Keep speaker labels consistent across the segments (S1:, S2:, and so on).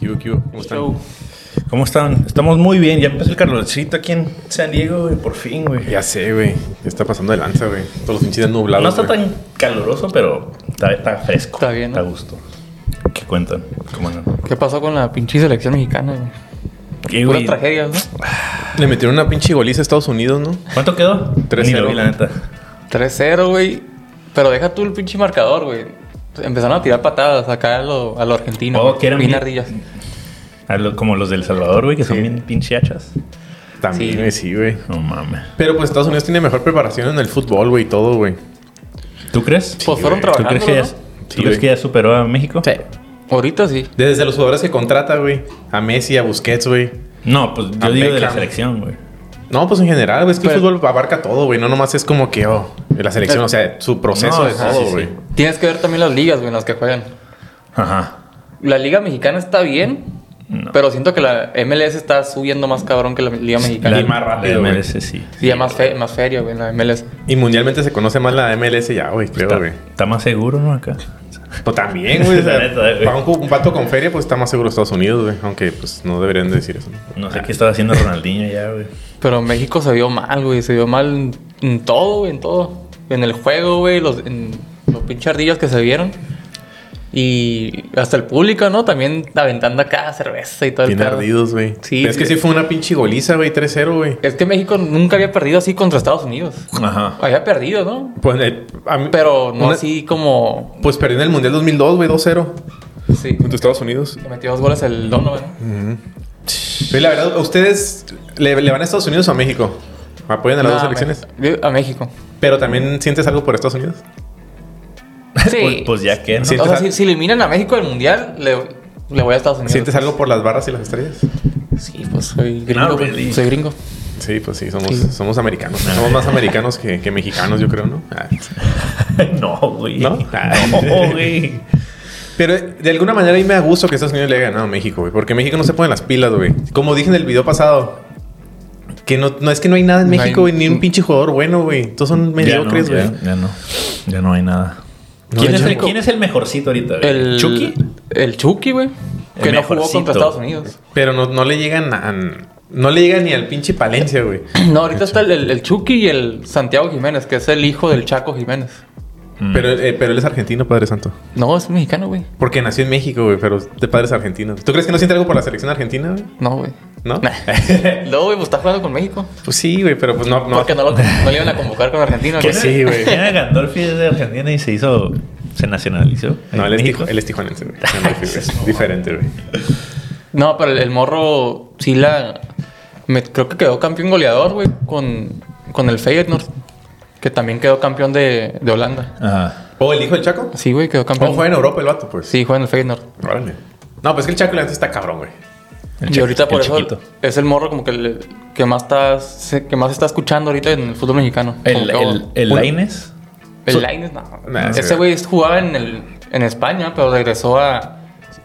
S1: ¿Qué hubo? ¿Cómo están? ¿Cómo están? Estamos muy bien. Ya empezó el calorcito aquí en San Diego, güey. Por fin, güey.
S2: Ya sé, güey. Está pasando de lanza, güey. Todos los pinches días nublados.
S1: No está
S2: güey.
S1: tan caluroso, pero está, está fresco.
S3: Está bien, ¿no?
S1: Está a gusto. ¿Qué cuentan? ¿Cómo no?
S3: ¿Qué pasó con la pinche selección mexicana? güey?
S1: ¿Qué,
S3: Pura
S1: güey?
S3: tragedia, ¿no?
S2: Le metieron una pinche goliza a Estados Unidos, ¿no?
S1: ¿Cuánto quedó?
S2: 3-0.
S1: Ni lo vi, la neta.
S3: 3-0, güey. Pero deja tú el pinche marcador, güey. Empezaron a tirar patadas acá a lo, a lo argentino.
S1: Oh,
S3: güey.
S1: que eran
S3: Bien
S1: bien-
S3: ardillas.
S1: A lo- como los del Salvador, güey, que son bien pinche hachas.
S2: También,
S3: Sí.
S2: güey, sí, güey.
S1: No mames.
S2: Pero pues Estados Unidos tiene mejor preparación en el fútbol, güey, y todo, güey.
S1: ¿Tú crees?
S3: Pues fueron
S1: ¿Tú crees
S3: trabajando,
S1: que ya,
S3: ¿no?
S1: ¿tú
S2: Sí,
S1: crees
S2: güey.
S1: que ya superó a México?
S3: Ahorita sí.
S2: Desde los jugadores que contrata, güey. A Messi, a Busquets, güey.
S1: No, pues yo
S2: A
S1: digo de la
S2: Beckham.
S1: selección, güey.
S2: No, pues en general, güey. Es que el
S3: Pero-
S2: fútbol abarca todo, güey. No nomás es como que, oh, la selección, o sea, su proceso
S1: No,
S2: de
S1: sí, sí,
S2: todo,
S1: sí.
S2: güey.
S3: Tienes que ver también las ligas, güey, en las que juegan.
S1: Ajá.
S3: La liga mexicana está bien,
S1: No.
S3: pero siento que la MLS está subiendo más cabrón que la liga mexicana.
S2: Y más rápido,
S1: La
S2: güey.
S1: MLS, sí.
S3: Y ya más, fe- más feria, güey, la MLS.
S2: Y mundialmente se conoce más la MLS ya, güey, creo,
S1: Está,
S2: güey.
S1: está más seguro, ¿no? Acá.
S2: Pues también, güey. o sea,
S1: La neta, eh, güey.
S2: para un, cu- un vato con feria, pues está más seguro Estados Unidos, güey. Aunque, pues, no deberían de decir eso. ¿no?
S1: No sé qué estaba haciendo Ronaldinho ya, güey.
S3: Pero México se vio mal, güey. Se vio mal en, en todo, güey, en todo. En el juego, güey, los, en los pinches ardillos que se vieron. Y hasta el público, ¿no? También aventando acá cerveza y todo el
S2: Bien
S3: pedo.
S2: ardidos, güey.
S3: Sí,
S2: Pero Es que
S3: sí.
S2: sí fue una pinche goliza, güey, 3-0, güey.
S3: Es que México nunca había perdido así contra Estados Unidos.
S1: Ajá.
S3: Había perdido, ¿no?
S2: Pues, eh, a mí-
S3: Pero no
S2: una-
S3: así como...
S2: Pues perdió en el Mundial 2002, güey, 2-0.
S3: Sí.
S2: Contra Estados Unidos.
S3: Que metió dos goles el Donovan. ¿no?
S2: Pero la verdad, ¿a ¿ustedes le, le van a Estados Unidos o a México? Apoyan a las
S3: No,
S2: dos
S3: a
S2: selecciones.
S3: México. A México.
S2: Pero también sientes algo por Estados Unidos.
S3: Sí.
S1: Pues, pues ya que, ¿no?
S2: Sí.
S3: o sea,
S2: sientes-
S3: si, si eliminan a México del Mundial, le, le voy a Estados Unidos.
S2: ¿Sientes algo por las barras y las estrellas?
S3: Sí, pues soy gringo.
S1: Not
S3: güey.
S1: really.
S3: Soy gringo.
S2: Sí, pues sí, somos,
S3: Sí.
S2: somos americanos. Somos más americanos que, que mexicanos, yo creo, ¿no? Ah.
S1: No, güey.
S2: ¿No?
S1: No, güey.
S2: Pero eh, de alguna manera a mí me da gusto que Estados Unidos le haya ganado a México, güey. Porque México no se pone las pilas, güey. Como dije en el video pasado, que no, no es que no hay nada en
S3: No
S2: México, güey.
S3: hay-
S2: Ni un pinche jugador bueno, güey. Todos son
S1: Ya no,
S2: mediocres, güey.
S1: ya, ya no. Ya no hay nada.
S2: No,
S1: ¿Quién,
S2: de
S1: es el,
S2: hecho-
S1: ¿Quién es el mejorcito ahorita? güey?
S3: El
S1: ¿Chucky?
S3: El Chucky, güey.
S1: El
S3: Que no jugó
S1: mejorcito.
S3: contra Estados Unidos.
S2: Pero no, no le llegan a- No le llegan ni al pinche Palencia, güey.
S3: No, ahorita está el, el- el Chucky y el Santiago Jiménez, que es el hijo del Chaco Jiménez.
S1: Mm.
S2: Pero, eh, pero él es argentino, Padre Santo.
S3: No, es mexicano, güey.
S2: Porque nació en México, güey, pero de padres argentinos. ¿Tú crees que no siente algo por la selección argentina, güey?
S3: No, güey.
S2: ¿No?
S3: No, güey, pues está jugando con México.
S2: pues sí, güey, pero pues no. no.
S3: Porque no, lo, no le iban a convocar con Argentina.
S1: ¿Quién
S3: güey.
S1: era-
S2: Pues sí, güey.
S1: ¿Quién era Gandolfi es de Argentina y se hizo... Se nacionalizó. en
S2: No, este él es,
S1: México?
S2: tijo- él es tijuanense, güey. No, güey, es diferente, güey.
S3: No, pero el, el morro sí la... me- creo que quedó campeón goleador, güey, con, con el Feyenoord. Que también quedó campeón de, de Holanda.
S1: Ajá.
S2: ¿O Oh, el hijo del Chaco?
S3: Sí, güey, quedó
S2: ¿O
S3: campeón.
S2: fue en Europa el vato, pues?
S3: Sí, juega en el Feyenoord.
S2: Órale. No, pues que el Chaco la neta está cabrón, güey.
S1: El
S3: y
S1: Chucky-
S3: ahorita por
S1: el
S3: eso
S1: chiquito.
S3: es el morro como que, el- que más está se- que más está escuchando ahorita en el fútbol mexicano. Como
S1: ¿El,
S3: que,
S1: el,
S3: oh,
S1: el
S2: Un-
S1: Lainez?
S3: el
S2: so-
S3: Lainez, no.
S2: Nah, sí,
S3: Ese güey jugaba en el en España, pero regresó a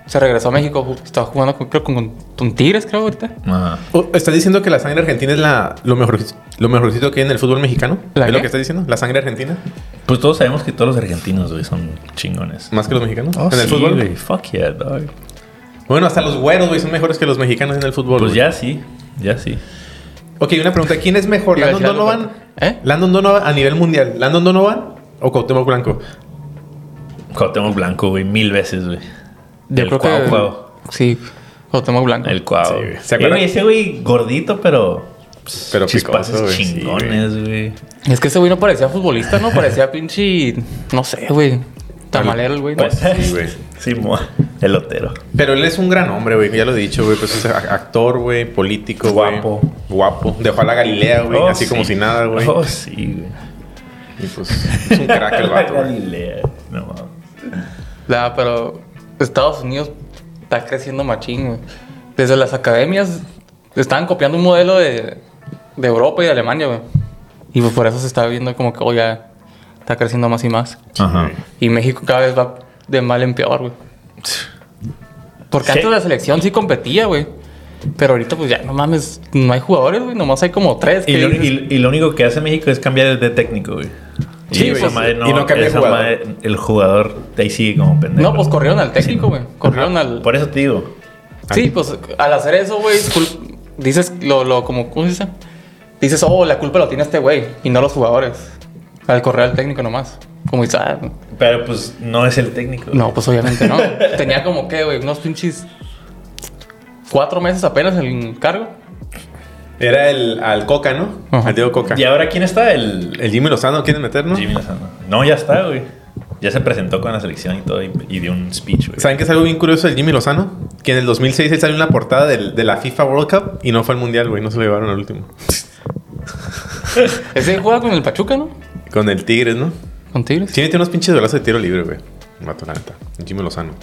S3: se regresó a México, ju- estaba jugando con, creo, con, con Tigres, creo ahorita.
S1: Ajá.
S2: Oh, ¿Estás diciendo que la sangre argentina es la, lo, mejor, lo mejorcito que hay en el fútbol mexicano?
S3: ¿La
S2: ¿Es
S3: qué?
S2: lo que estás diciendo? ¿La sangre argentina?
S1: Pues todos sabemos que todos los argentinos, güey, son chingones.
S2: ¿Más que los mexicanos?
S1: Oh,
S2: ¿En el
S1: sí,
S2: fútbol?
S1: güey. Fuck yeah, dog.
S2: Bueno, hasta los güeros, güey, son mejores que los mexicanos en el fútbol.
S1: Pues
S2: güey.
S1: ya sí, ya sí.
S2: Ok, una pregunta. ¿Quién es mejor?
S3: Iba a
S2: ¿Landon
S3: decir algo,
S2: Donovan?
S3: pero- ¿Eh?
S2: ¿Landon Donovan a nivel mundial? ¿Landon Donovan o Cuauhtémoc Blanco?
S1: Cuauhtémoc Blanco, güey, mil veces, güey.
S3: Yo
S1: El
S3: creo
S1: Cuau
S3: que
S1: Cuau.
S3: Sí, Cuauhtémoc Blanco.
S1: El cuau.
S2: Sí, güey. ¿Se
S1: Eh, güey,
S2: acuerdan?
S1: ese güey gordito, pero.
S2: Pero
S1: sus pases
S2: picoso, güey. Sí,
S1: chingones, güey.
S3: Es que ese güey no parecía futbolista, ¿no? Parecía pinche. No sé, güey. Tamalero el güey. ¿no?
S1: Pues,
S2: sí, güey.
S1: Sí, mo- el lotero.
S2: Pero él es un gran hombre, güey. Ya lo he dicho, güey. Pues es a- actor, güey. Político, güey.
S1: Guapo.
S2: Guapo. Dejó a la Galilea, güey.
S1: Oh,
S2: así como
S1: sí.
S2: si nada, güey.
S1: Oh, sí, güey.
S2: Y pues es un crack el vato, güey.
S1: Galilea. No mames.
S3: Nah, pero Estados Unidos está creciendo machín, güey. Desde las academias estaban copiando un modelo de, de Europa y de Alemania, güey. Y pues por eso se está viendo como que, oh, ya está creciendo más y más.
S1: Ajá.
S3: Y México cada vez va de mal en peor, güey. Porque
S1: Sí.
S3: antes la selección sí competía, güey. Pero ahorita, pues ya, no mames, no hay jugadores, güey. Nomás hay como tres.
S1: Y
S3: que
S1: lo,
S3: dices-
S1: y- y lo único que hace México es cambiar de técnico, güey.
S3: Sí,
S1: y, esa
S3: pues,
S1: madre no,
S2: y no cambia
S1: esa
S2: jugador.
S1: madre- el jugador de ahí sigue como pendejo.
S3: pues, No, pues corrieron al técnico, güey. Corrieron al.
S1: Por eso te digo.
S3: Sí, pues al hacer eso, güey, cul- dices lo, lo como, ¿cómo se dice? Dices, oh, la culpa lo tiene este güey y no los jugadores. Al correr al técnico nomás. Como dices, ah,
S1: Pero pues no es el técnico.
S3: no, pues obviamente no. Tenía como que, güey, unos pinches cuatro meses apenas el cargo.
S2: Era el al Coca, ¿no?
S3: Ajá.
S2: Al Diego Coca.
S1: ¿Y ahora quién está? El,
S2: El Jimmy Lozano quieren meter, ¿no?
S1: Jimmy Lozano. No, ya está, güey. Ya se presentó con la selección y todo y, y dio un speech, güey.
S2: ¿Saben que es algo bien curioso del Jimmy Lozano? Que en el 2006 él salió en la portada del- de la FIFA World Cup y no fue al Mundial, güey. No se lo llevaron al último.
S3: Ese juega con el Pachuca, ¿no?
S2: Con el Tigres, ¿no?
S3: Con Tigres.
S2: Sí, metió unos pinches golazos de tiro libre, güey. Mato, la neta. El Jimmy Lozano.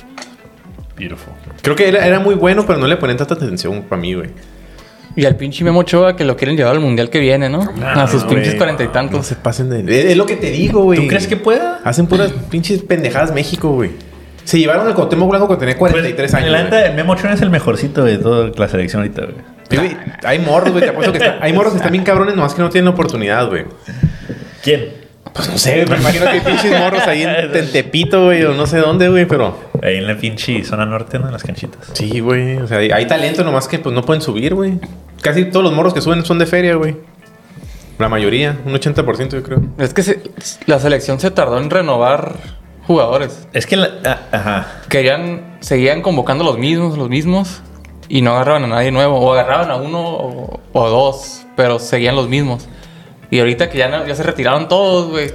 S1: Beautiful.
S2: Creo que era, era muy bueno, pero no le ponían tanta atención para mí, güey.
S3: Y al pinche Memo Ochoa que lo quieren llevar al mundial que viene, ¿no? a sus
S1: güey,
S3: pinches cuarenta y
S2: No
S3: tantos.
S2: se pasen de... Es, es lo que te digo, güey.
S1: ¿Tú crees que pueda?
S2: Hacen puras pinches pendejadas México, güey. Se llevaron al Cuauhtémoc Blanco cuando tenía 43 años,
S1: Pues, La
S2: güey.
S1: neta, el Memo Ochoa es el mejorcito de toda la selección ahorita, güey.
S2: Sí, güey, hay morros, güey. Te apuesto que está- hay morros que están bien cabrones, nomás que no tienen oportunidad, güey.
S1: ¿Quién?
S2: Pues no sé, me imagino que hay pinches morros ahí en Tentepito, güey, o no sé dónde, güey, pero.
S1: Ahí en la pinche zona norte, ¿no? En las canchitas.
S2: Sí, güey. O sea, hay, hay talento, nomás que pues no pueden subir, güey. Casi todos los morros que suben son de feria, güey. La mayoría, un 80%, yo creo.
S3: Es que se- la selección se tardó en renovar jugadores.
S1: Es que la... ah, ajá.
S3: Querían, seguían convocando los mismos, los mismos, y no agarraban a nadie nuevo. O agarraban a uno o, o dos, pero seguían los mismos. Y ahorita que ya, no- ya se retiraron todos, güey.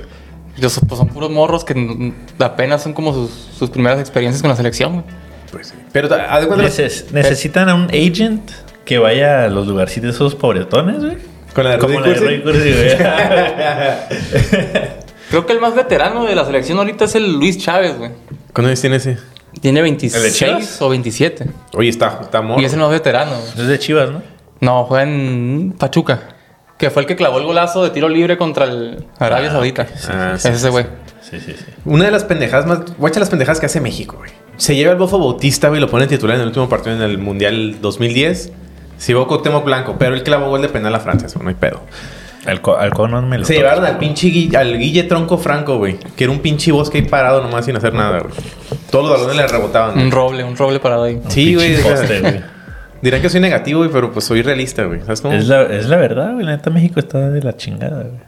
S3: Los- pues, son puros morros que n- apenas son como sus, sus primeras experiencias con la selección, güey.
S2: Pues sí. Pero ta- haz de cuenta
S1: Neces- necesitan a un agent que vaya a los lugarcitos de esos pobretones, güey.
S2: con la de
S1: Como la
S2: Rudy
S1: de
S2: Cursi.
S1: Ray Cursi, güey.
S3: Creo que el más veterano de la selección ahorita es el Luis Chávez, güey.
S2: ¿Cuándo es tiene ese?
S3: Tiene
S1: ¿El de Chivas?
S3: 26 o 27.
S2: Oye, está, está morro.
S3: Y es el más veterano, güey.
S1: Es de Chivas, ¿no?
S3: No, juega en Pachuca. Que fue el que clavó el golazo de tiro libre contra el Arabia Saudita.
S2: Ah,
S3: es
S2: sí,
S3: ese güey.
S1: Sí, sí, sí.
S2: Una de las pendejadas más. Guacha las pendejadas que hace México, güey. Se lleva al Bofo Bautista, güey, lo pone titular en el último partido en el Mundial 2010. Se llevó a Cuauhtémoc Blanco, pero él clavó gol de penal a Francia, eso no hay pedo.
S1: Al, co- al cono no me lo
S2: Se
S1: toques,
S2: llevaron al
S1: por
S2: pinche Gui- al Guille Tronco Franco, güey. Que era un pinche bosque ahí parado nomás sin hacer nada, güey. Todos los balones le rebotaban. güey.
S3: Un roble, un roble parado ahí.
S1: favor.
S2: Sí, güey.
S1: Pinche
S2: o sea,
S1: poste, güey.
S2: Dirán que soy negativo, güey, pero pues soy realista, güey. ¿Sabes cómo?
S1: Es la, es la verdad, güey. La neta México está de la chingada, güey.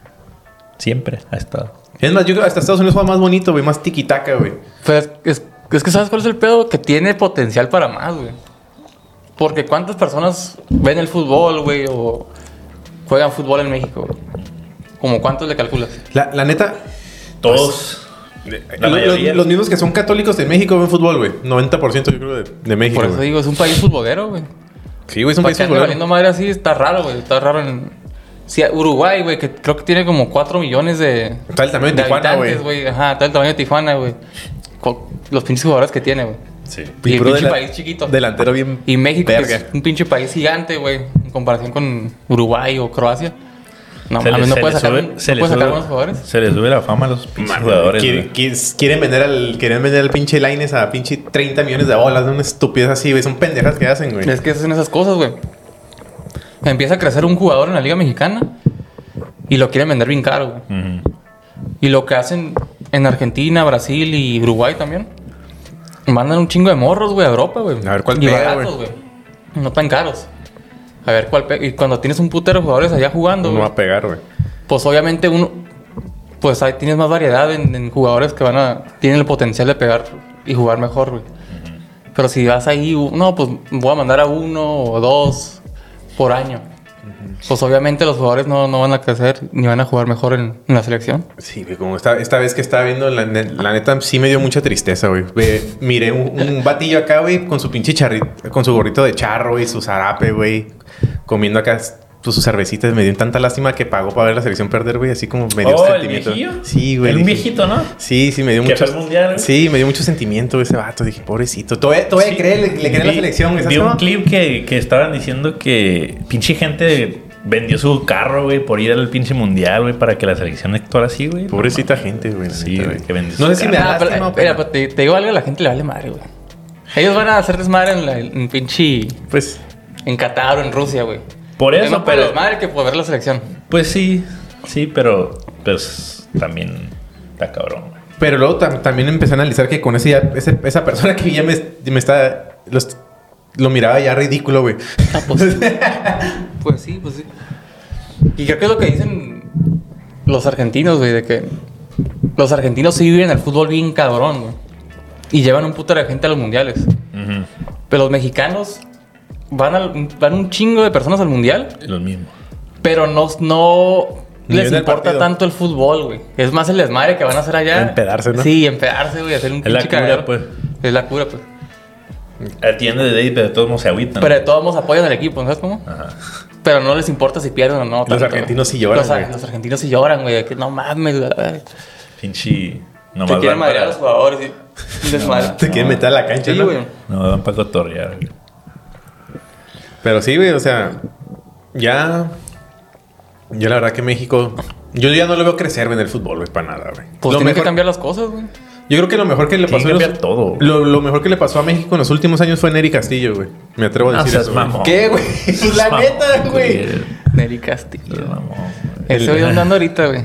S1: Siempre ha estado.
S2: Es más, yo creo que hasta Estados Unidos juega más bonito, güey. Más tiquitaca, güey.
S3: Pero es, es- es que ¿sabes cuál es el pedo? Que tiene potencial para más, güey. Porque ¿cuántas personas ven el fútbol, güey? O juegan fútbol en México, güey? Como cuántos le calculas.
S2: La, la neta,
S1: Todos. La
S2: lo- lo-
S1: mayoría.
S2: los mismos que son católicos de México ven fútbol, güey. 90% yo creo de, de México.
S3: Por eso
S2: güey.
S3: digo, es un país futbolero, güey.
S2: Sí, güey, es un
S3: Para
S2: país
S3: que ande
S2: futbolero.
S3: valiendo madre así está raro, güey. Está raro en... Sí, Uruguay, güey, que creo que tiene como 4 millones de...
S2: Está el tamaño de Tijuana, güey.
S3: habitantes, güey. Ajá, todo el tamaño de Tijuana, güey. Co- Los pinches jugadores que tiene, güey.
S1: Sí.
S3: Y el
S2: puro
S3: pinche
S2: dela-
S3: país chiquito.
S2: Delantero bien.
S3: Y México, que es
S2: Verga.
S3: un pinche país gigante, güey, en comparación con Uruguay o Croacia. No,
S1: Se
S3: mames,
S1: les-
S3: no
S1: se
S3: puedes
S1: les
S3: sacar,
S1: sube-
S3: un- no
S1: se les
S3: puedes sacar
S1: sube-
S3: unos jugadores.
S1: Se les sube la fama a los pinches jugadores,
S2: Quiere-
S1: güey.
S2: quis- quieren vender al, querían vender al pinche Lines a pinche 30 millones de bolas de una estupidez así, güey. Son pendejas que hacen, güey.
S3: Es que hacen esas cosas, güey. Empieza a crecer un jugador en la Liga Mexicana y lo quieren vender bien caro, güey.
S1: Ujú.
S3: Y lo que hacen en Argentina, Brasil y Uruguay también. Mandan un chingo de morros, güey, a Europa, güey.
S2: A ver cuál
S3: y
S2: pega,
S3: baratos, güey. No tan caros. A ver cuál pega. Y cuando tienes un putero de jugadores allá jugando,
S2: No va
S3: güey,
S2: a pegar, güey.
S3: pues obviamente uno. Pues ahí tienes más variedad en, en jugadores que van a. Tienen el potencial de pegar y jugar mejor, güey. Pero si vas ahí, u- no, pues voy a mandar a uno o dos por año. Pues obviamente los jugadores no, no van a crecer ni van a jugar mejor en- en la selección.
S2: Sí, güey, como esta, esta vez que estaba viendo, la, ne- la neta sí me dio mucha tristeza, güey. Ve- Miré un, un batillo acá, güey, con su pinche charrito, con su gorrito de charro y su zarape, güey. Comiendo acá pues, sus cervecitas. Me dio tanta lástima que pagó para ver la selección perder, güey. Así como me dio
S1: Oh, ¿el
S2: sentimiento.
S1: viejillo?
S2: Sí, güey.
S1: Era un
S2: dije-
S1: viejito, ¿no?
S2: Sí, sí, me dio
S1: Que
S2: mucho.
S1: fue al mundial, güey.
S2: Sí, me dio mucho sentimiento ese vato. Dije, pobrecito. Todavía, todavía cree, le, le cree a la
S1: Vi-
S2: selección, güey. ¿sabes
S1: Vi un
S2: cómo?
S1: clip que, que estaban diciendo que pinche gente vendió su carro, güey, por ir al pinche mundial, güey, para que la selección actuara así, güey.
S2: Pobrecita gente, güey. la
S1: Sí,
S2: neta,
S1: güey, que vendió
S2: No
S1: su
S2: sé si me da
S3: Ah, pero,
S2: lástima,
S3: eh,
S2: pero-
S3: mira, pues, te, te digo algo, a la gente le vale madre, güey. Ellos van a hacer desmadre en, la, en pinche...
S2: Pues,
S3: En Qatar o en Rusia, güey.
S1: Por
S3: Es
S1: eso,
S3: más para
S1: pero-
S3: desmadre que por ver la selección.
S1: Pues sí, sí, pero pues también está cabrón, güey.
S2: Pero luego tam- también empecé a analizar que con ese, ya- ese- esa persona que ya me, me está. Los, lo miraba ya ridículo, güey.
S3: Ah, pues, pues sí, pues sí. Y creo que es lo que dicen los argentinos, güey, de que los argentinos sí viven el fútbol bien cabrón, güey. Y llevan un puto de gente a los mundiales.
S1: Ujú.
S3: Pero los mexicanos van, al- van un chingo de personas al mundial,
S1: Los mismos.
S3: pero no, no
S2: Ni
S3: les
S2: ven el
S3: importa
S2: partido.
S3: tanto el fútbol, güey. Es más el desmadre que van a hacer allá.
S2: Empedarse, ¿no?
S3: Sí, empedarse, güey, hacer un
S1: Es la
S3: pinche
S1: cura,
S3: cagadero.
S1: pues.
S3: Es la cura, pues.
S1: Atiende de Dave, pero de todos modos se agüitan.
S3: Pero de todos modos apoyan al equipo, ¿no ¿sabes cómo? Pero no les importa si pierden o no.
S2: Los argentinos sí lloran,
S3: Los, ar-
S2: güey.
S3: los argentinos sí lloran, güey. de Que no mames, güey.
S1: Pinche. Nomás
S3: Te quieren
S1: van para,
S3: madrear a los jugadores. Y les madre.
S1: Ah.
S2: Te quieren meter a la cancha,
S3: Sí,
S2: ¿no?
S3: güey.
S1: nomás van para cotorrear. güey.
S2: Pero sí, güey, o sea, ya. Yo la verdad que México. Yo ya no lo veo crecer güey, en el fútbol, güey, para nada, güey.
S3: Pues
S2: Lo
S3: tienen que
S2: mejor-
S3: cambiar las cosas, güey.
S2: Yo creo que lo mejor que le
S1: Tiene
S2: pasó.
S1: que
S2: en los-
S1: cambiar todo.
S2: Lo, lo mejor que le pasó a México en los últimos años fue Neri Castillo, güey. Me atrevo a
S1: No
S2: decir
S1: seas
S2: eso. güey.
S1: mamón.
S2: ¿Qué, güey? Pues la
S1: Mamón,
S2: neta, güey.
S3: Nelly
S1: Los
S3: Castillo.
S1: mamón, güey.
S3: Ese güey andando ahorita, güey.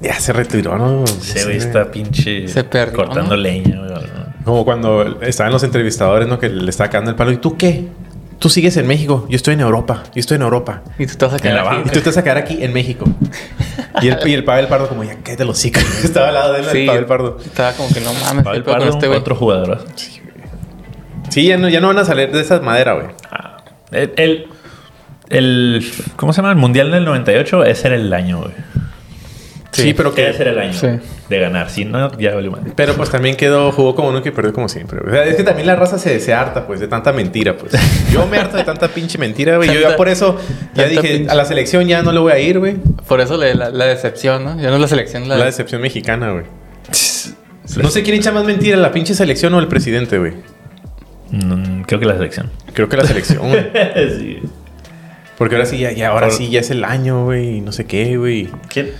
S2: Ya se retiró, ¿no?
S1: Ese güey está pinche
S3: Se perdió,
S1: cortando
S3: ¿no?
S1: leña, güey. ¿no?
S2: Como cuando estaban los entrevistadores, ¿no? Que le está cagando el palo. ¿Y tú qué? Tú sigues en México. Yo estoy en Europa. Yo estoy en Europa.
S3: Y tú te vas a
S1: En
S3: quedar
S1: la
S3: aquí.
S1: banca.
S2: Y tú te vas a quedar aquí en México. Y el, y el Pavel Pardo como, ya, cállate los hocico. Estaba al lado de él,
S3: Sí.
S2: el Pavel Pardo.
S3: Estaba como que no mames.
S1: Pavel
S3: ¿qué pedo con
S1: Pardo,
S3: este güey?
S1: otro jugador.
S2: Sí, ya no, ya no van a salir de esa madera, güey.
S1: Ah, el, el, el- ¿Cómo se llama? El Mundial del 98. Ese era el año, güey.
S2: Sí, pero que...
S1: Ese era el año
S3: Sí.
S1: güey, de ganar. Si no, ya valió madre.
S2: Pero pues también quedó, jugó como uno que perdió como siempre. güey. O sea, es que también la raza se, se harta, pues, de tanta mentira, pues. Yo me harto de tanta pinche mentira, güey. Yo ya
S3: Tanta-
S2: por eso, ya
S3: tanta
S2: dije,
S3: pinche-
S2: a la selección ya no le voy a ir, güey.
S3: Por eso le- la, la decepción, ¿no? Ya no es la selección, la,
S2: La decepción mexicana, güey. No sé quién echa más mentira, la pinche selección o el presidente, güey.
S1: Mm, creo que la selección.
S2: Creo que la selección, güey.
S1: sí.
S2: Porque ahora sí, ya, ya- ahora
S1: Por-
S2: sí, ya es el año, güey. y No sé qué, güey.
S1: ¿Quién?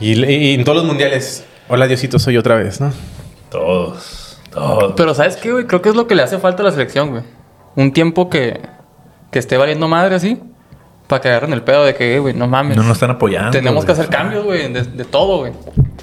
S2: Y, le- y en todos los mundiales, hola Diosito, soy otra vez, ¿no?
S1: Todos. Todos.
S3: Pero ¿sabes qué, güey? Creo que es lo que le hace falta a la selección, güey. Un tiempo que, que esté valiendo madre así. Para que agarren el pedo de que, eh, güey, no mames.
S1: no nos están apoyando.
S3: Tenemos que
S1: güey.
S3: hacer cambios, güey, de, de todo, güey.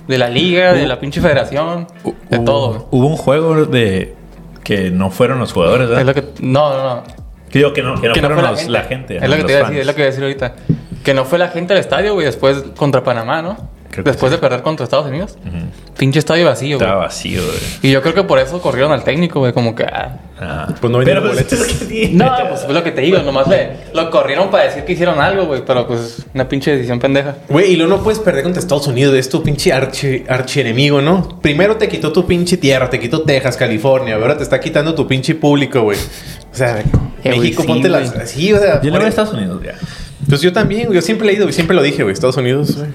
S3: De la liga, de
S1: Uh.
S3: la pinche federación, de
S1: Hubo-
S3: todo, güey.
S1: Hubo un juego de que no fueron los jugadores,
S3: Es
S1: ¿verdad?
S3: lo que... No, no, no.
S1: Que digo que no, que no
S3: que no
S1: fueron
S3: fue la
S1: los-
S3: gente.
S1: la gente.
S3: es lo que
S1: los
S3: te iba a decir,
S1: fans.
S3: es lo que iba a decir ahorita. Que no fue la gente al estadio, güey, después contra Panamá, ¿no?
S1: Creo que
S3: Después de perder contra Estados Unidos.
S1: Ujú.
S3: Pinche estadio vacío, güey.
S1: Estaba vacío, güey.
S3: Y yo creo que por eso corrieron al técnico, güey, como que... ah.
S1: Ah.
S2: Pues no
S1: Pero
S2: vendieron
S1: pues,
S2: boletos.
S1: es que tiene-
S3: No, pues es lo que te digo, nomás le, lo corrieron para decir que hicieron algo, güey, pero pues una pinche decisión pendeja.
S2: Güey, y luego no puedes perder contra Estados Unidos, es tu pinche archi, archienemigo, ¿no? Primero te quitó tu pinche tierra, te quitó Texas, California, ahora te está quitando tu pinche público, güey. O sea,
S3: Eh, güey,
S2: México,
S3: sí,
S2: ponte
S3: güey.
S2: las. Sí, o sea.
S1: Yo le
S2: por-
S1: voy a Estados Unidos, ya.
S2: Pues yo también, güey, yo siempre he ido, güey, siempre lo dije, güey, Estados Unidos, güey.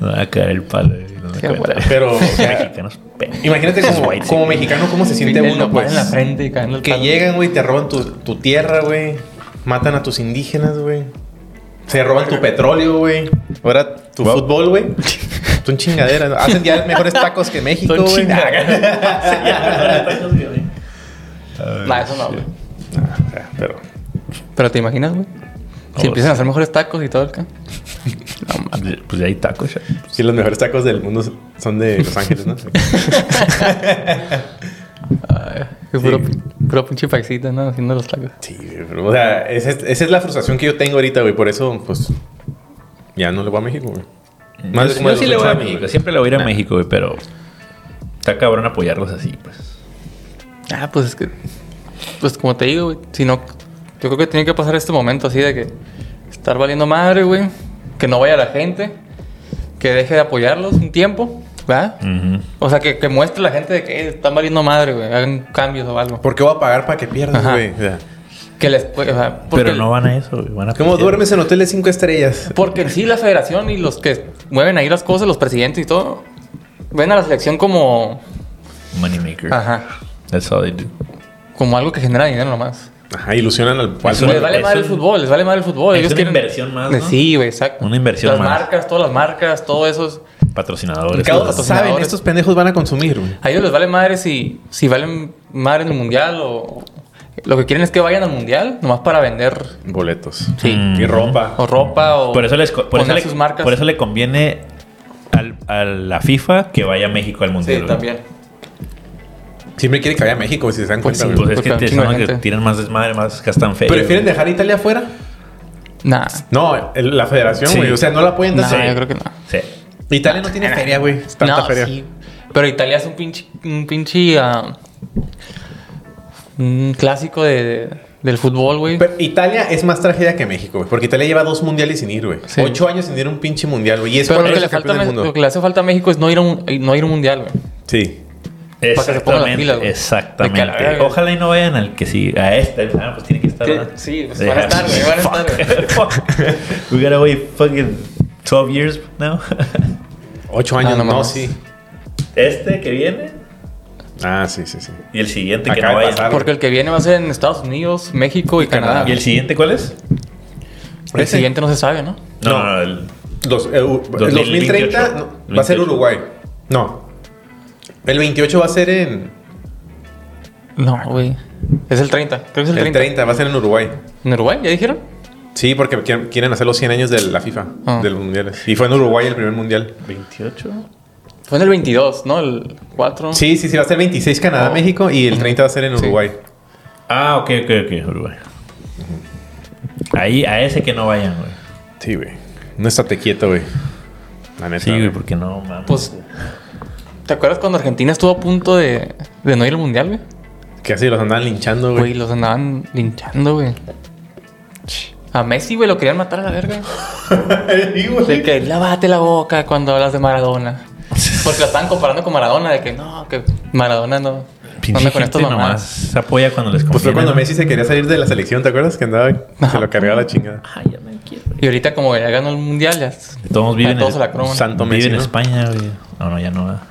S1: Me va a caer el palo. güey, no me
S3: Sí,
S1: cuenta.
S3: bueno.
S2: Pero, o sea,
S1: Mexicanos, pendejos.
S2: imagínate como, como mexicano cómo se siente
S3: El
S2: uno,
S3: nopal
S2: pues.
S3: en la frente y cayendo el
S2: Que
S3: palo.
S2: llegan, güey, te roban tu, tu tierra, güey. Matan a tus indígenas, güey. Se roban tu petróleo, güey. Ahora tu
S1: Wow.
S2: fútbol, güey. Son chingaderas. ¿no? Hacen ya mejores tacos que México,
S3: Son
S2: güey.
S3: chingaderas.
S1: Ay,
S3: Nah, eso no,
S1: sí.
S3: güey.
S2: Ah, o sea, Pero
S3: Pero te imaginas, güey.
S1: Oh,
S3: Si
S1: sí.
S3: empiezan a hacer mejores tacos y todo el ca-
S1: Pues ya hay tacos ya.
S2: sí, los mejores tacos del mundo son de Los Ángeles, ¿no?
S3: Ay, es puro, puro pinche paisita, ¿no? Haciendo los tacos.
S2: Sí, güey, pero, o sea, esa es, esa es la frustración que yo tengo ahorita, güey. Por eso, pues, ya no le voy a México, güey. Más
S1: Mm, yo
S2: como de
S1: yo sí
S2: los
S1: le voy a
S2: ocho años,
S1: México.
S2: güey.
S1: Siempre le voy a ir a México, güey, pero... Está cabrón apoyarlos así, pues.
S3: Ah, pues es que. Pues como te digo, güey. Si no. Yo creo que tiene que pasar este momento así de que. Estar valiendo madre, güey. Que no vaya la gente. Que deje de apoyarlos un tiempo, ¿verdad?
S1: Ujú.
S3: O sea, que, que muestre la gente de que eh, están valiendo madre, güey. Hagan cambios o algo.
S2: ¿Por qué voy a pagar para que pierdas,
S3: Ajá.
S2: güey? O sea,
S3: Que les. pue- o sea, porque,
S1: Pero no van a eso, güey. Van a
S2: ¿Cómo
S1: apoyar.
S2: duermes en hoteles cinco estrellas?
S3: Porque en sí la federación y los que mueven ahí las cosas, los presidentes y todo. Ven a la selección como.
S1: Moneymaker.
S3: Ajá.
S1: That's all they do.
S3: Como algo que genera dinero nomás.
S2: Ajá, ilusionan al
S1: Es una-
S3: les vale
S1: es
S3: mal el
S1: un-
S3: fútbol, les vale mal el fútbol.
S1: es
S3: Ellos
S1: una
S3: quieren-
S1: inversión más, ¿no?
S3: Sí, güey, exacto.
S1: Una inversión
S3: las
S1: más.
S3: marcas, todas las marcas, todo eso.
S1: Patrocinadores.
S2: Mercado
S1: Patrocinadores.
S2: saben, estos pendejos van a consumir, güey.
S3: A ellos les vale madre si, si valen madre en el mundial o. Lo que quieren es que vayan al mundial nomás para vender
S2: Boletos.
S3: Sí.
S2: Y ropa.
S3: o ropa o.
S1: Mm. Por eso, les, co- por, eso
S3: poner
S1: le,
S3: sus marcas.
S1: por eso le conviene al- a la FIFA que vaya México al
S3: Sí,
S1: Mundial. güey.
S3: también.
S2: Siempre quiere que vaya a México, si se dan
S3: Pues
S2: cuenta.
S3: sí.
S2: güey.
S1: Pues es que
S3: Porque
S1: te-
S3: chingo de
S1: son los que
S3: gente.
S1: tiran más desmadre, más gastan fe.
S2: ¿Prefieren dejar a Italia afuera?
S3: Nah.
S2: No, el- la federación,
S1: Sí.
S2: güey. O sea, no la pueden
S3: Nah,
S2: dar.
S1: Sí.
S3: Ah, yo creo que no.
S1: Sí.
S2: Italia no tiene feria, güey. Es Tanta
S3: no,
S2: feria.
S3: sí. Pero Italia es un pinche. Un pinche. ah, un clásico de, de- del fútbol, güey.
S2: Pero Italia es más tragedia que México, güey. Porque Italia lleva dos mundiales sin ir, güey.
S3: Sí.
S2: Ocho años sin ir a un pinche mundial, güey. Y es
S3: Pero
S2: cuando
S3: lo que,
S2: es
S3: le falta,
S2: campeón
S3: a
S2: del
S3: Mex-
S2: mundo.
S3: lo que le hace falta a México es no ir a un, eh, no ir a un mundial, güey.
S2: Sí.
S3: Para que se pongan
S1: Exactamente.
S3: las pilas, güey. De que a la
S1: exactamente.
S3: verga.
S1: Ojalá y no vayan al que sí. A este. Ah, pues tiene que estar.
S3: Que-
S1: ¿verdad?
S3: sí, pues, van a estar, güey, van a estar,
S1: Fuck. We gotta wait fucking 12 years now.
S2: Ocho años,
S3: Ah, no
S2: no,
S3: mames.
S2: sí.
S1: este que viene
S2: Ah, sí, sí, sí.
S1: y el siguiente que
S2: Acaba
S1: no
S2: de
S1: vaya.
S2: pasar.
S3: Porque el que viene va a ser en Estados Unidos, México y, Canadá.
S2: Canadá.
S1: ¿Y el siguiente cuál es?
S3: El
S2: Ese.
S3: siguiente no se sabe, ¿no?
S1: No,
S2: No.
S1: no, no, el-
S2: Dos- eh, u- el
S1: 2028.
S2: 2030 no, va a ser
S1: 28.
S2: Uruguay. No. El 28 va a ser en.
S3: No, güey. Es el 30. Creo que es el
S2: El 30.
S3: 30.
S2: va a ser en Uruguay.
S3: ¿En Uruguay? ¿Ya dijeron?
S2: Sí, porque quieren quieren hacer los 100 años de la FIFA,
S3: Ah.
S2: de los mundiales. Y fue en Uruguay el primer mundial.
S1: 28.
S3: Fue en el 22, ¿no? El 4.
S2: Sí, sí, sí, va a ser 26 Canadá,
S3: Oh.
S2: México y el 30 va a ser en
S3: Sí.
S2: Uruguay.
S1: Ah, ok, ok, ok, Uruguay. Ahí, a ese que no vayan, güey.
S2: Sí, güey. No estate quieto, güey. La neta.
S1: Sí, güey, porque no, mames.
S3: Pues, ¿te acuerdas cuando Argentina estuvo a punto de, de no ir al mundial, güey?
S2: Que así los andaban linchando,
S3: Güey,
S2: güey.
S3: los andaban linchando, güey. A Messi, güey, lo querían matar a la verga.
S2: Sí, güey.
S3: De que lávate la boca cuando hablas de Maradona. Porque lo estaban comparando con Maradona, de que no, que Maradona no. no
S1: pinche
S3: anda con
S1: gente
S3: estas
S1: nomás
S3: mamadas.
S1: se apoya cuando les conviene.
S2: Pues fue cuando
S1: ¿no?
S2: Messi se quería salir de la selección, ¿te acuerdas? Que andaba y se lo cargaba la chingada.
S1: Ay, ya me quiero.
S3: Y ahorita, como ya ganó el mundial, ya.
S1: Todos viven,
S3: todos
S1: en,
S3: a la croma.
S2: Santo
S1: viven
S2: Messi.
S1: en
S2: ¿no?
S1: España, güey. No, no, ya no va.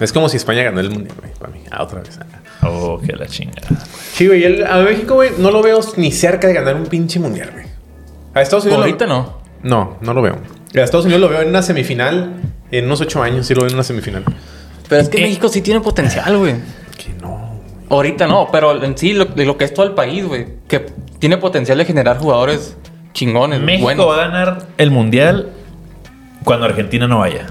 S2: Es como si España ganó el mundial, güey, para mí. Ah, otra vez. ah.
S1: Oh, que la chingada.
S2: Sí, güey. el- A México, güey, no lo veo ni cerca de ganar un pinche mundial, güey. A Estados Unidos. lo-
S3: Ahorita no.
S2: No, no lo veo. A Estados Unidos lo veo en una semifinal. En unos ocho años sí lo veo en una semifinal.
S3: Pero es que
S1: Eh.
S3: México sí tiene potencial, güey.
S2: Que no. güey.
S3: Ahorita no, pero en sí, lo, de lo que es todo el país, güey. Que tiene potencial de generar jugadores chingones,
S1: México
S3: buenos.
S1: va a ganar el mundial cuando Argentina no vaya.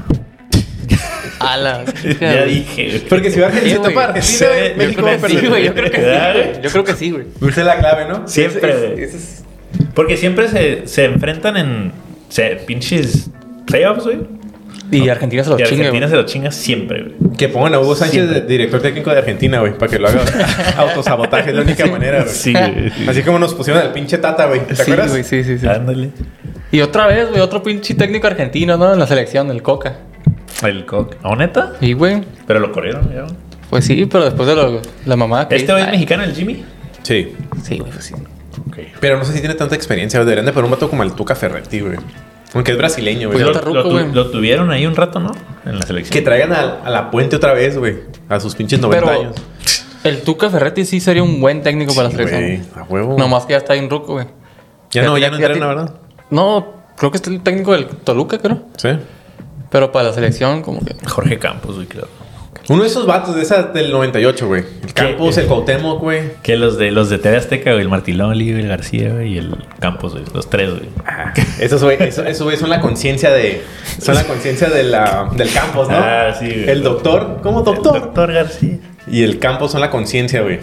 S3: A la-
S1: ya dije, güey.
S2: Porque si va Argentina
S3: Sí, güey.
S2: para Argentina, güey,
S1: Sí,
S2: México
S1: yo
S2: va a
S1: creo que
S2: perder.
S3: Sí, güey, yo creo que sí, güey. Yo creo que sí, güey.
S2: Esa es la clave, ¿no?
S1: Siempre,
S2: Ese-
S1: güey.
S2: ese es-
S1: Porque siempre se, se enfrentan en se, pinches playoffs, güey.
S3: Y Argentina se los
S1: Y
S3: chingue,
S1: Argentina
S3: güey.
S1: se lo chinga siempre, güey.
S2: Que pongan a Hugo Sánchez
S1: Siempre.
S2: de director técnico de Argentina, güey, para que lo haga autosabotaje. Es la única manera, güey.
S1: Sí, güey.
S2: Así como nos pusieron al pinche Tata, güey. ¿Te
S3: Sí,
S2: acuerdas?
S3: güey, sí, sí, sí.
S1: Ándale.
S3: Y otra vez, güey, otro pinche técnico argentino, ¿no? En la selección, el Coca.
S1: El cock. ¿A neta?
S3: Y, güey,
S1: Pero lo corrieron, ya. güey.
S3: pues sí, pero después de lo- la mamada que...
S1: ¿Este
S3: hizo-
S1: güey es
S3: Ay,
S1: mexicano, el Jimmy?
S2: Sí.
S3: Sí, güey, pues sí.
S1: Ok.
S2: Pero no sé si tiene tanta experiencia, güey. Deberían de poner un vato como el Tuca Ferretti, güey. Aunque es brasileño, güey.
S3: Pues
S1: Lo,
S3: está ruco,
S1: lo tu-
S3: güey.
S1: lo tuvieron ahí un rato, ¿no? En la selección.
S2: Que traigan a, a la puente otra vez, güey. A sus pinches 90
S3: Pero
S2: años.
S3: el Tuca Ferretti sí sería un buen técnico para la
S2: Sí,
S3: selección. Uh.
S2: güey, a huevo.
S3: Nomás que ya está en ruco, güey.
S2: ya no, ya no
S3: ya- ya
S2: entrenan,
S3: te-
S2: ¿verdad?
S3: No, creo que es el técnico del Toluca, creo.
S2: Sí.
S3: Pero para la selección, como que...
S1: Jorge Campos, güey, creo.
S2: Uno de esos vatos de esa del 98, güey. El Campos, el Cuauhtémoc, güey.
S1: Que los de los de TV Azteca, güey, el Martiloli, güey, el García güey, y el Campos, güey. Los tres, güey.
S2: Esos, güey, eso- esos, güey, son la conciencia de... Son la conciencia de la- del Campos, ¿no?
S1: Ah, sí, güey.
S2: El doctor. ¿Cómo doctor?
S1: El doctor García.
S2: Y el Campos son la conciencia, güey.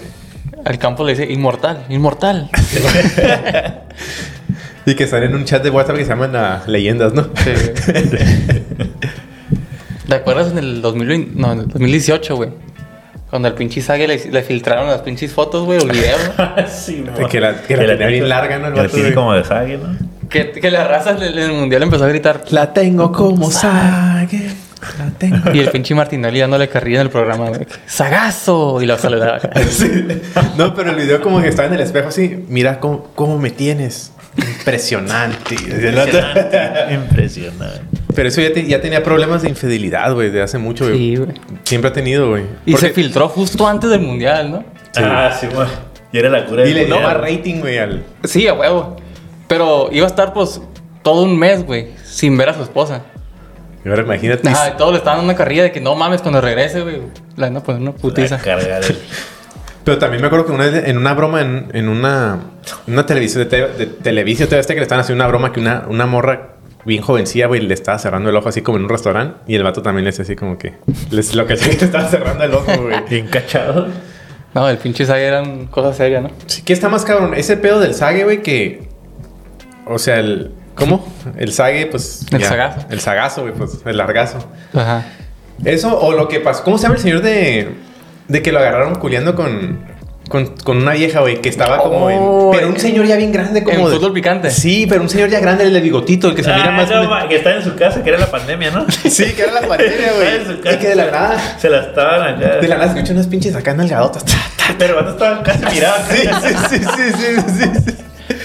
S3: Al campo le dice, inmortal, inmortal.
S2: Y que están en un chat de WhatsApp que se llaman ah, leyendas, ¿no?
S3: Sí, güey. ¿Te acuerdas en el, 2020? No, en el 2018, güey? Cuando al pinche Sage le, le filtraron las pinches fotos, güey, o el video, ¿no?
S1: sí,
S2: Que la- que la tenía bien larga, ¿no? El
S1: Que la
S2: vato,
S1: tiene
S2: güey.
S1: como de sague, ¿no?
S3: Que, que la raza en el en el mundial empezó a gritar.
S2: La tengo como sague. La tengo.
S3: Y el pinche Martinelli dándole carrilla en el programa, güey. ¡Sagazo! Y lo saludaba.
S2: Sí. No, pero el video como que estaba en el espejo así. Mira cómo, cómo me tienes. Impresionante.
S1: Impresionante. Impresionante.
S2: Pero eso ya, te- ya tenía problemas de infidelidad, güey, de hace mucho, güey.
S3: Sí, güey.
S2: Siempre ha tenido, güey.
S3: Y
S2: Porque-
S3: se filtró justo antes del mundial, ¿no?
S2: Sí.
S1: Ah, sí, güey. Y era la cura
S2: Y le dio
S1: mundial.
S2: más rating, güey, al...
S3: Sí, a huevo. Pero iba a estar, pues, todo un mes, güey, sin ver a su esposa.
S2: Y ahora imagínate.
S3: Ajá, y todos le estaban dando una carrilla de que no mames cuando regrese, güey. La van a poner una putiza.
S1: La carga del-
S2: Pero también me acuerdo que una vez en una broma, en, en una, en una televisión de, te- de televisión, te que le estaban haciendo una broma que una, una morra bien jovencilla, güey, le estaba cerrando el ojo así como en un restaurante. Y el vato también le hace así como que. Les, lo que sé que le estaba cerrando el ojo, güey.
S1: Bien cachado.
S3: No, el pinche Sague eran cosas serias, ¿no?
S2: Sí, ¿Qué está más cabrón? Ese pedo del sague, güey, que. O sea, el. ¿Cómo? El sague, pues.
S3: El sagazo.
S2: El sagazo, güey, pues. El largazo.
S3: Ajá.
S2: Eso, o lo que pasó. ¿Cómo se llama el señor de. de que lo agarraron culeando con. con, con una vieja, güey, que estaba como
S3: Oh,
S2: en. Pero un
S3: en-
S2: señor ya bien grande, como.
S3: en
S2: de-
S3: fútbol picante.
S2: Sí, pero un señor ya grande, el de bigotito, el que se mira
S1: Ah,
S2: más.
S1: no, ma, que estaba en su casa, que era la pandemia, ¿no?
S2: Sí, que era la cuarentena,
S1: Estaba en su
S2: güey.
S1: casa.
S2: Y que de la nada.
S1: Se la estaban acá.
S2: De la nada escuché unas pinches acá nalgadotas.
S1: Ah, Pero cuando estaban casi mirados.
S2: Sí, sí, sí, sí, sí, sí, sí.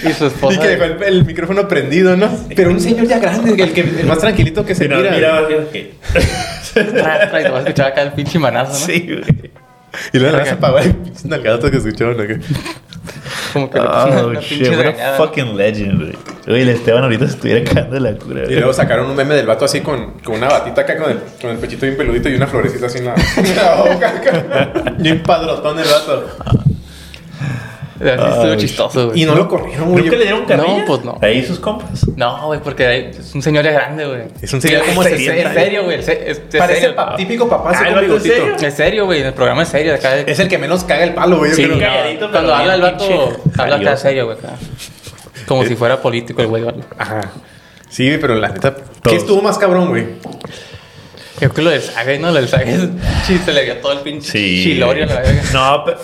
S3: Y su esposa.
S2: Y que dejó el, el micrófono prendido, ¿no? Pero un señor ya grande, el, que, el más tranquilito que se
S1: Si no,
S2: mira.
S1: miraba así, ok.
S3: Tra, tra, y te vas a escuchar acá el pinche manazo, ¿no?
S1: Sí, güey.
S2: Y luego la se apagó el pinche nalgadota que escucharon. acá.
S3: Como que le
S2: Ah,
S3: puso una,
S1: Oh,
S3: una
S1: shit,
S3: pinche
S1: what a
S3: regañada.
S1: fucking legend, güey. Oye, el Esteban ahorita se estuviera cagando de la cura,
S2: Y
S1: güey.
S2: luego sacaron un meme del vato así con, con una batita acá, con el, con el pechito bien peludito y una florecita así en la, en la boca acá. Y un padrotón el vato.
S3: Así estuvo
S1: Ay,
S3: chistoso, güey.
S2: Ah, Y no lo corrieron, güey.
S1: ¿Nunca le dieron carrilla?
S3: No, pues no.
S1: Ahí sus compas.
S3: No, güey, porque ahí es un señor ya grande, güey.
S2: Es un señor como
S3: Es
S2: 60
S3: Es serio, güey. Es, es- es
S2: Parece el
S3: serio.
S2: pa- típico papá
S1: Ah,
S2: así
S1: ¿el
S2: con
S1: vato es
S2: bigotito.
S1: serio?
S3: Es serio, güey. El programa es serio. Acá
S2: Es el que menos caga el palo, güey. yo
S3: Sí,
S2: creo.
S3: no,
S1: calladito, pero
S3: cuando
S1: bien
S3: habla el vato,
S1: pinche
S3: habla acá
S1: jalioso.
S3: serio, güey. acá. Como si fuera político el güey. ¿vale?
S2: Ajá. Sí, güey, pero la neta.
S1: Todos.
S2: ¿Qué estuvo más cabrón, güey?
S3: Creo que lo del Sague, ¿no? Lo del Sague es... Sí, se le vio todo el pinche
S1: Sí.
S3: chilorio a la verga.
S1: No, pero.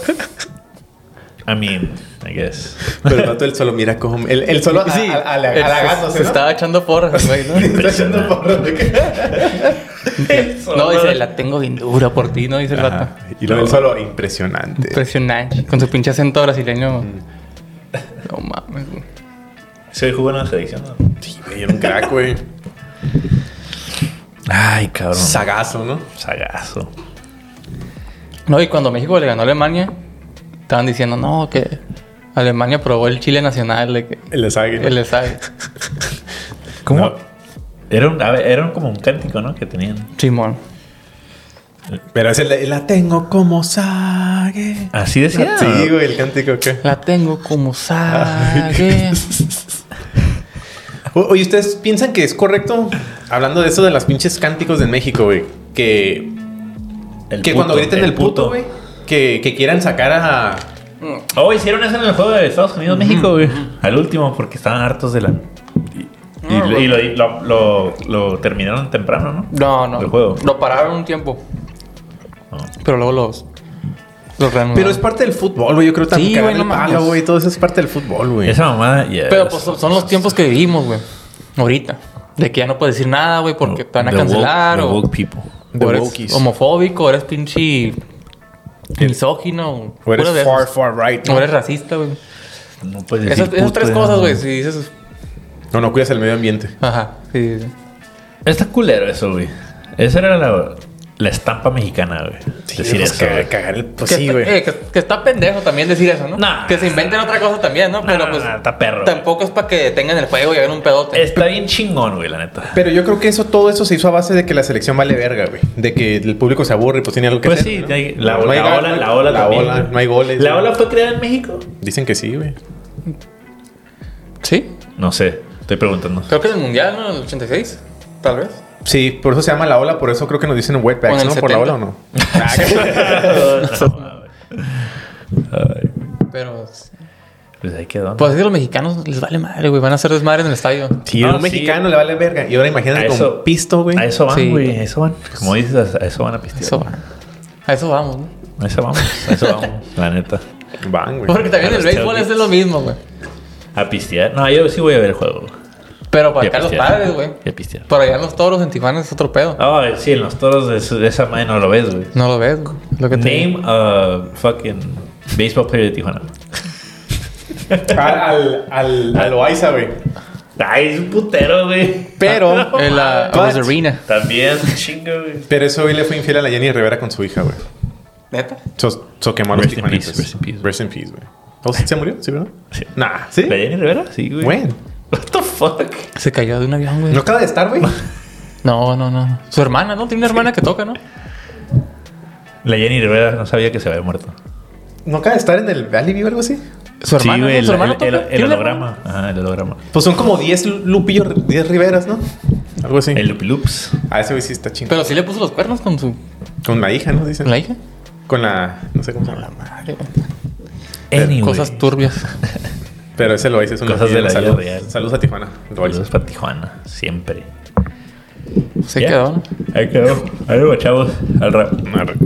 S1: I mean, I guess.
S2: Pero el vato él solo mira como. Él, él solo a- a- a- a-
S3: él se-
S2: halagándose.
S3: se
S2: ¿no?
S3: estaba echando porras, güey, ¿no?
S2: Está echando porras de que-
S3: No, dice, la tengo bien dura por ti, ¿no? Dice el vato.
S2: Y lo del solo, impresionante.
S3: Impresionante. Con su pinche acento brasileño.
S1: Mm.
S3: No mames, güey.
S1: Soy jugó en la selección. ¿no?
S2: Sí, güey, era un crack, güey.
S1: Ay, cabrón.
S2: Sagazo, ¿no?
S1: Sagazo.
S3: No, y cuando México le ganó a Alemania, estaban diciendo, no, que Alemania probó el chile nacional, de que
S2: El de Sague.
S3: él le sabe.
S1: ¿Cómo?
S2: No.
S1: Era, un, a ver, era un- como un cántico, ¿no? Que tenían.
S3: Simón.
S2: Pero es el de, la tengo como Sague.
S1: Así decía.
S2: Sí, güey, el cántico que.
S3: La tengo como eh". sague.
S2: O- Oye, ¿ustedes piensan que es correcto? Hablando de eso de las pinches cánticos de México, güey. Que,
S1: El
S2: que
S1: puto,
S2: cuando griten el puto, güey. Que, que quieran sacar a.
S1: Oh, hicieron eso en el juego de Estados Unidos-México, güey. Al último, porque estaban hartos de la. Y, y lo- y lo, y lo- lo- lo terminaron temprano, ¿no?
S3: No, no.
S1: El juego.
S3: Lo pararon un tiempo.
S1: No.
S3: Pero luego los. Los reanudaron.
S2: Ah. Pero es parte del fútbol, güey. Yo creo también.
S3: Sí,
S2: cagar
S3: güey, no
S2: el palo,
S3: mames.
S2: güey. Todo eso es parte del fútbol, güey.
S1: Esa mamada, ya.
S3: Pero pues son los tiempos que vivimos, güey. Ahorita. De que ya no puedes decir nada, güey, porque te van a
S1: The woke-
S3: cancelar.
S1: the
S3: o-
S1: woke people.
S2: The
S3: o eres
S2: wokies.
S3: homofóbico, o eres pinche misógino. O
S2: O eres
S3: puras de
S2: far,
S3: esas.
S2: far right.
S3: O
S2: No,
S3: eres racista, güey.
S1: No puedes decir
S3: Esas, esas
S1: puto,
S3: tres
S1: ya,
S3: cosas,
S1: no.
S3: güey, si dices...
S2: no, no cuidas el medio ambiente.
S3: Ajá, sí, sí, sí.
S1: Está culero eso, güey. Esa era la, la estampa mexicana, güey. decir
S2: pues,
S1: eso.
S2: cagar-
S1: güey.
S2: cagar el. Pues
S3: que,
S2: sí,
S3: está,
S2: güey.
S3: eh, que, que está pendejo también decir eso, ¿no?
S1: Nah.
S3: Que se inventen otra cosa también, ¿no? Pero
S1: Nah,
S3: pues...
S1: está perro,
S3: Tampoco es para que detengan el juego y hagan un pedote.
S1: Está bien chingón, güey, la neta.
S2: Pero yo creo que eso, todo eso se hizo a base de que la selección vale verga, güey. De que el público se aburre y pues tiene algo que
S1: Pues
S2: hacer.
S1: sí,
S2: ¿no?
S1: hay- la,
S2: No
S1: la
S2: hay gol,
S1: ola,
S2: no hay-
S1: la ola
S2: la
S1: también,
S2: ola,
S1: güey.
S2: no hay goles,
S1: ¿La
S2: güey.
S1: ola fue creada en México?
S2: Dicen que sí, güey.
S3: Sí.
S1: No sé, estoy preguntando.
S3: Creo que en el Mundial, ¿no? En el 86, tal vez.
S2: Sí, por eso se llama la ola, por eso creo que nos dicen
S3: O en
S2: wetbacks,
S3: el
S2: ¿no? Por la
S3: 70.
S2: ola o no. Ah, que-
S1: No, Ay,
S3: Pero...
S1: pues ahí quedó.
S3: Pues es que a los mexicanos les vale madre, güey. Van a hacer desmadre en el estadio.
S2: Sí, a
S1: Ah, sí.
S2: un mexicano le vale verga. Y ahora imagínate
S1: A eso-
S2: con pisto, güey.
S1: a eso van,
S3: Sí.
S1: güey, a eso van. Como dices, a a eso van a pistear.
S3: Eso va. A eso vamos, ¿no?
S1: A eso vamos, a eso vamos, la neta.
S2: Van, güey.
S3: Porque también
S1: a los
S3: el béisbol es
S1: tailgates.
S3: de lo mismo, güey.
S1: A pistear. No, yo sí voy a ver el juego.
S3: Pero
S1: Y
S3: para
S1: a
S3: acá los
S1: pistear.
S3: padres, güey.
S1: Y a pistear.
S3: Pero allá en los toros en Tijuana es otro pedo.
S1: Ah, sí, en los toros de, su- de esa madre no lo ves, güey.
S3: No lo ves, güey. Lo que te digo.
S1: Name a fucking baseball player de Tijuana.
S2: Al, al, al, al Loaiza, güey.
S1: Ay, es un putero, güey.
S2: Pero,
S3: En la
S2: What?
S3: Arena.
S1: También es un chingo, güey.
S2: pero eso hoy le fue infiel a la Jenny Rivera con su hija, güey.
S3: ¿Neta?
S2: So, so quemó a los
S1: Rest in
S2: tijuanitos.
S1: peace, rest in peace.
S2: Rest in peace, güey. ¿O sí ¿Se murió? ¿Sí, verdad?
S1: Sí.
S2: Nah, ¿sí?
S1: ¿La Jenny Rivera? Sí, güey.
S2: Bueno.
S1: What the fuck?
S3: Se cayó de un avión, güey.
S2: ¿No acaba de estar, güey?
S3: No, no, no. Su hermana, ¿no? Tiene una hermana que toca, ¿no?
S1: La Jenny Rivera no sabía que se había muerto.
S2: ¿No acaba de estar en el Valley View o algo así?
S3: Su hermano,
S1: güey,
S3: ¿no?
S1: el,
S3: su hermano
S1: el- el-
S3: toca.
S1: el
S3: ¿Tiene un hermano?
S1: holograma. Ajá, el holograma.
S2: Pues son como 10 Lupillo, 10 Riveras, ¿no? Algo así.
S1: El Loopy Loops.
S2: A ese güey sí está chingón.
S3: Pero sí le puso los cuernos con su
S2: Con la hija, ¿no? Dicen.
S3: con la hija.
S2: Con la. No sé cómo se llama.
S3: Madre, güey.
S1: Anyway.
S3: Eh, Cosas turbias.
S2: Pero ese lo hice. Es un
S1: Cosas de la vida
S2: Salud-
S1: real.
S2: Saludos a Tijuana. Lo hice.
S1: Saludos para Tijuana, siempre.
S3: Se
S1: Ya.
S3: quedó. ¿no?
S1: Ahí quedó. Ahí va, chavos. Al rap.
S2: Arre.